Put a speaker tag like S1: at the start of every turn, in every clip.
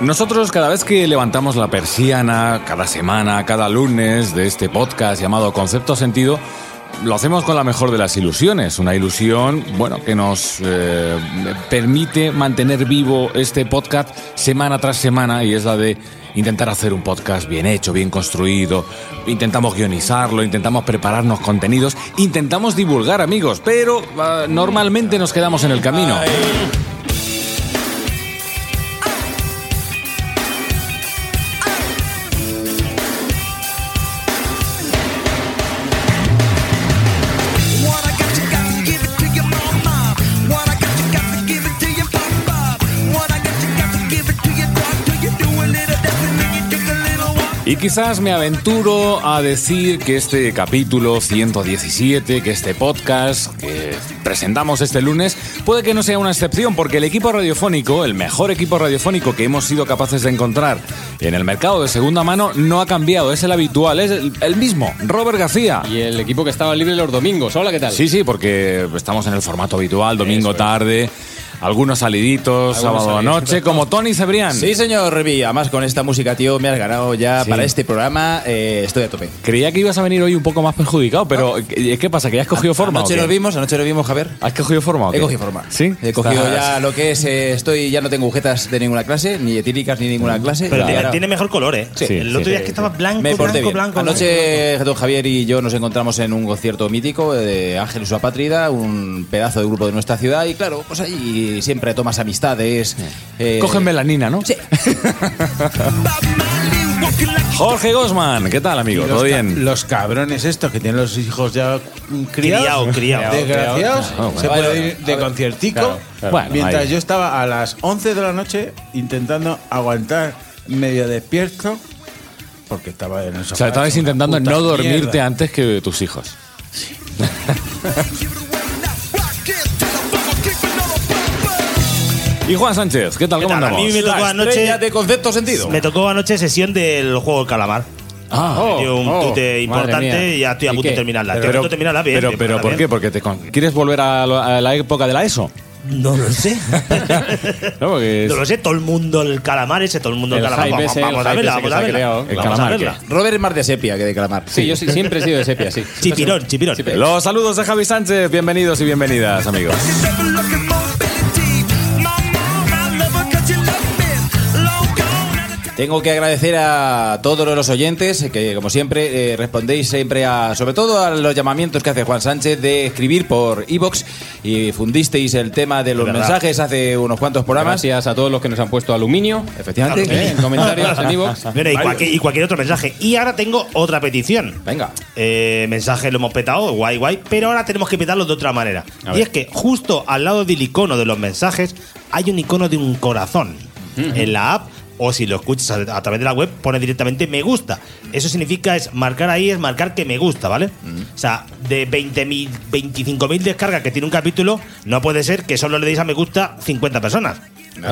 S1: Nosotros cada vez que levantamos la persiana, cada semana, cada lunes de este podcast llamado Concepto Sentido, lo hacemos con la mejor de las ilusiones, una ilusión, bueno, que nos eh, permite mantener vivo este podcast semana tras semana y es la de intentar hacer un podcast bien hecho, bien construido, intentamos guionizarlo, intentamos prepararnos contenidos, intentamos divulgar amigos, pero eh, normalmente nos quedamos en el camino. Y quizás me aventuro a decir que este capítulo 117, que este podcast que presentamos este lunes, puede que no sea una excepción, porque el equipo radiofónico, el mejor equipo radiofónico que hemos sido capaces de encontrar en el mercado de segunda mano, no ha cambiado, es el habitual, es el, el mismo, Robert García.
S2: Y el equipo que estaba libre los domingos. Hola, ¿qué tal?
S1: Sí, sí, porque estamos en el formato habitual, domingo tarde, algunos saliditos, sábado
S2: saliditos,
S1: noche, como Tony Cebrián.
S3: Sí, señor Revi. Además, con esta música, tío, me has ganado ya
S1: Sí.
S3: para este programa. eh, estoy a tope.
S1: Creía que ibas a venir hoy un poco más perjudicado, pero ¿qué qué pasa? ¿Que ya has cogido forma? o
S3: Anoche
S1: qué?
S3: nos vimos, anoche nos vimos, Javier.
S1: ¿Has cogido forma o qué?
S3: He cogido forma.
S1: ¿Sí?
S3: He cogido
S1: Estás-
S3: ya lo que es. eh, estoy, ya no tengo agujetas de ninguna clase, ni etíricas ni ninguna clase.
S4: Pero
S3: Y
S4: tiene,
S3: ahora
S4: tiene mejor color, ¿eh?
S1: Sí, sí,
S4: el otro día
S1: sí,
S4: es que estaba blanco,
S3: me porté
S4: blanco,
S3: bien.
S4: blanco.
S3: Anoche, don Javier y yo nos encontramos en un concierto mítico eh, de Ángel y su apátrida, un pedazo de grupo de nuestra ciudad. Y claro, pues ahí siempre tomas amistades. eh,
S1: Cógeme la nina, ¿no?
S3: Sí.
S1: Jorge Gosman, ¿qué tal, amigo?
S5: Y
S1: ¿Todo
S5: los ca-
S1: bien?
S5: Los cabrones estos que tienen los hijos ya mm,
S4: Criao,
S5: criados,
S4: criao.
S5: desgraciados,
S1: Criao,
S5: se
S3: claro.
S5: puede ir de conciertico.
S3: Claro,
S1: claro. Bueno,
S5: mientras
S1: ahí.
S5: yo estaba a las 11 de la noche intentando aguantar medio despierto porque estaba en el sofá.
S1: O sea, estabais
S5: hecho una
S1: intentando
S5: puta
S1: no dormirte
S5: mierda.
S1: antes que tus hijos. y Juan Sánchez, ¿qué tal?
S4: ¿Qué
S1: ¿Cómo
S4: tal? A
S1: andamos?
S4: mí me tocó anoche.
S3: Estrella de concepto sentido.
S4: Me tocó anoche sesión del juego del calamar.
S1: Ah,
S4: Me dio un
S2: oh,
S4: tute
S2: madre
S4: importante
S2: mía.
S4: y ya estoy a
S2: ¿Y
S4: punto de
S2: qué?
S4: terminarla. Estoy a punto de terminarla bien.
S1: pero,
S4: bien,
S1: pero ¿por qué?
S4: bien.
S1: Porque te con- quieres volver a, lo- a la época de la E ESO.
S4: No lo sé.
S1: No, porque es-
S4: no lo sé. Todo el mundo el calamar ese, todo el mundo el,
S2: El
S4: calamar.
S2: hype
S4: Vamos,
S2: ese,
S4: vamos
S2: el
S4: a
S2: hype
S4: verla,
S2: ese que
S4: vamos a
S2: se ha
S4: verla.
S2: creado. El
S4: Vamos a
S1: calamar,
S4: verla.
S3: Robert es más de sepia que de calamar.
S2: Sí, yo sí- siempre he sido de sepia, sí. Siempre
S4: Chipirón,
S2: he sido-
S4: chipirón.
S2: siempre-
S1: Los saludos de Javi Sánchez, bienvenidos y bienvenidas, amigos.
S3: Tengo que agradecer a todos los oyentes que, como siempre, eh, respondéis siempre a, sobre todo a los llamamientos que hace Juan Sánchez de escribir por iBox y fundisteis el tema de los
S4: verdad.
S3: mensajes hace unos cuantos programas.
S2: Gracias a todos los que nos han puesto aluminio.
S3: Efectivamente,
S2: ¿eh? En comentarios, en iVoox.
S4: Bueno, y, cualquier, y cualquier otro mensaje. Y ahora tengo otra petición.
S3: Venga.
S4: Eh, mensaje lo hemos petado, guay, guay. Pero ahora tenemos que petarlo de otra manera. y es que justo al lado del icono de los mensajes hay un icono de un corazón. En la app, o si lo escuchas a, a través de la web, pone directamente me gusta. Eso significa es marcar ahí, es marcar que me gusta, ¿vale? O sea, de 20.000, 25.000 descargas que tiene un capítulo, no puede ser que solo le deis a me gusta 50 personas.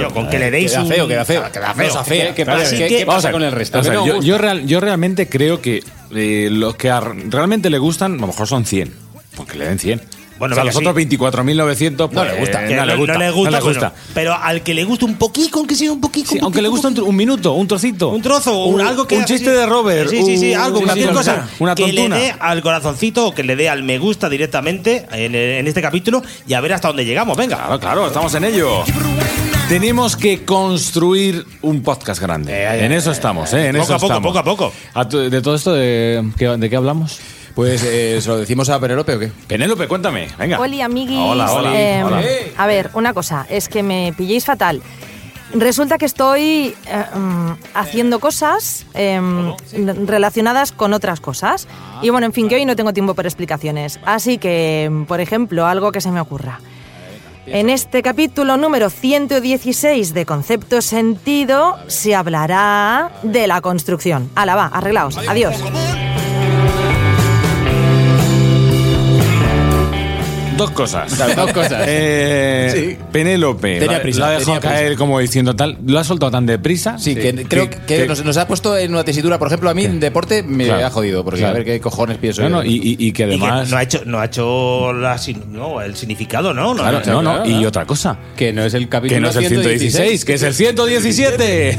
S4: Yo, con que le deis
S3: Queda
S4: un- Ah,
S3: feo, queda feo.
S4: Queda feo.
S3: Cosa fea.
S2: ¿Qué- qué
S4: Claro,
S2: pasa-
S4: sí
S2: qué-
S4: que-
S2: qué
S1: Vamos a
S2: pasa
S1: ver,
S2: con el resto?
S1: vamos a
S2: Que
S1: ver,
S2: no
S1: yo,
S2: gusta.
S1: yo real- yo realmente creo que eh, los que a- realmente le gustan, a lo mejor son 100. Porque le den 100. o
S4: Bueno,
S1: sea,
S4: venga,
S1: los otros
S4: sí.
S1: 24.900 pues,
S4: le gusta.
S1: no, le gusta.
S4: Eh, no le gusta, Pero, pero al que le guste un poquito, aunque sea un poquito.
S1: Sí,
S4: un
S1: aunque le gusta
S4: poquito,
S1: un, tr- un minuto, un trocito.
S4: un trozo o un- algo que
S1: Un
S4: hace
S1: chiste
S4: así.
S1: de Robert.
S4: Sí, sí, sí,
S1: un-
S4: algo,
S1: sí,
S4: cualquier
S1: sí,
S4: cosa.
S1: Una
S4: que le
S1: tontuna.
S4: dé al corazoncito o que le dé al me gusta directamente en, en este capítulo y a ver hasta dónde llegamos. Venga.
S1: Claro, claro, estamos en ello. Tenemos que construir un podcast grande. en eso estamos, ¿eh? En
S4: Poco
S1: eso
S4: a poco,
S1: estamos.
S4: poco a poco.
S1: a poco. Ah, ¿De todo esto de qué, de qué hablamos?
S3: Pues eh, se lo decimos a Penelope o qué?
S1: Penélope, cuéntame, venga.
S6: Oli, amiguis.
S1: Hola, hola.
S6: Eh,
S1: hola.
S6: A ver, una cosa, es que me pilléis fatal. Resulta que estoy eh, mm, haciendo cosas em, n- relacionadas con otras cosas.
S1: Ah,
S6: Y bueno, en fin, que hoy no tengo tiempo para explicaciones. Así que, em, por ejemplo, algo que se me ocurra. En este capítulo número 116 de Concepto Sentido se hablará de la construcción. Ala, va, arreglaos. Adiós. Em,
S1: Dos cosas.
S2: Dos cosas.
S1: Eh, Penélope.
S3: Tenía
S1: la-
S3: prisa,
S1: la ha dejado
S3: tenía
S1: caer como diciendo tal. ¿Lo ha soltado tan deprisa?
S3: Sí, que creo que, Nos, nos ha puesto en una tesitura, por ejemplo, a mí en deporte me
S1: Claro.
S3: ha jodido, porque
S1: Claro.
S3: a ver qué cojones pienso.
S1: No,
S3: yo.
S1: no, y, y- y que
S4: Y que
S1: además.
S4: no ha hecho, no ha hecho la sin- no, el significado, ¿no? No,
S1: Claro,
S4: no.
S1: no, no,
S2: claro,
S1: y
S2: claro.
S1: otra cosa.
S2: Que no es el capítulo
S1: Que no es el 116, que es el 117.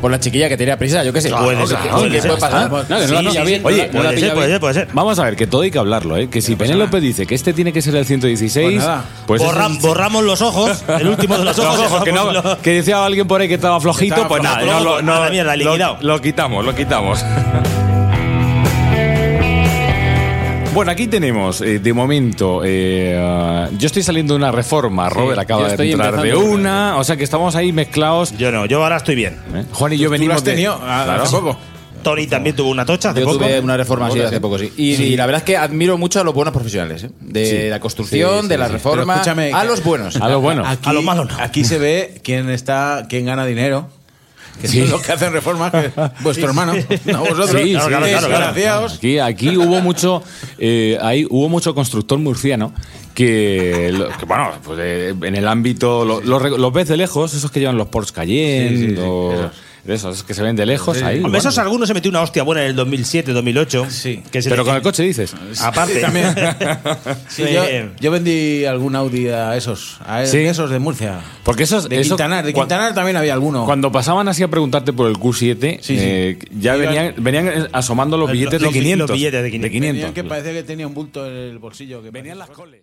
S3: Por la chiquilla que tenía prisa, yo qué sé.
S4: Puede ser,
S3: claro,
S4: puede
S3: que
S4: ser.
S3: puede pasar. pues,
S4: Ah,
S2: no, que no la
S4: sí,
S2: pilla
S4: sí,
S2: bien,
S4: sí.
S2: no la-
S4: Oye,
S2: no la
S4: puede
S2: pilla
S4: ser, puede
S2: bien.
S4: ser, puede ser.
S1: Vamos a ver, que todo hay que hablarlo, ¿eh? Que si Penélope dice que este tiene que ser el 116,
S5: Pues nada.
S1: pues ese
S4: Borra-
S1: es el-
S4: borramos los ojos, el último de los ojos.
S1: Los ojos, que, no-
S4: borramos los-
S1: que decía alguien por ahí que estaba flojito,
S4: Estaba
S1: pues
S4: flojo,
S1: nada, no,
S4: flojo,
S1: lo- no-
S4: a la mierda, liquidado.
S1: Lo, lo quitamos, lo quitamos. Bueno, aquí tenemos, eh, de momento, eh, ah, yo estoy saliendo de una reforma, Robert
S2: yo
S1: acaba de
S2: estoy
S1: entrar de
S2: empezando
S1: una, o sea que estamos ahí mezclados.
S4: Yo no, yo ahora estoy bien.
S1: ¿eh? Juan y yo
S5: Tú lo
S1: venimos
S5: has
S1: de-
S5: tenido a-
S1: Claro.
S5: hace poco.
S4: Tony también tuvo una tocha hace
S3: Yo
S4: poco.
S3: tuve una reforma así
S2: Otra,
S3: hace
S2: sí.
S3: poco, sí. Y, y la verdad es que admiro mucho a los buenos profesionales, ¿eh? De la construcción,
S2: Sí, sí,
S3: de la
S2: sí.
S5: Pero
S3: reforma,
S5: escúchame,
S3: a
S5: que-
S3: los buenos.
S1: A Ah, lo bueno.
S5: Aquí,
S4: A lo malo no.
S5: Aquí se ve quién está, quién gana dinero. Que
S1: Sí.
S5: son los que hacen reformas, que vuestro hermano, no vosotros.
S4: Sí, sí, claro, claro, claro.
S5: Desgraciados.
S1: Aquí, aquí hubo mucho eh, ahí hubo mucho constructor murciano que, lo- que, bueno, pues, eh, en el ámbito lo- los, re- los ves de lejos, esos que llevan los Porsche Cayenne,
S5: Sí, sí, sí,
S1: o- de esos. que se ven de lejos ahí.
S4: Hombre,
S1: bueno.
S4: esos algunos se metió una hostia buena en el 2007, 2008.
S5: Sí.
S4: que se
S1: pero
S4: le-
S1: con el coche dices.
S4: Aparte.
S5: También. Sí, yo,
S4: Eh,
S5: yo vendí algún Audi a esos, a
S1: Sí.
S5: esos de Murcia.
S1: Porque esos-
S5: de
S1: eso-
S5: Quintanar, de
S1: cuan-
S5: Quintanar también había alguno.
S1: Cuando pasaban así a preguntarte por el Q7,
S5: Sí, sí.
S1: eh, ya venían,
S5: Iban-
S1: venían asomando los
S4: Los-
S1: billetes
S4: los
S1: de
S4: bi-
S1: 500.
S4: los billetes de 500.
S5: Venían que parecía que tenía un bulto en el bolsillo. Que Venían las coles.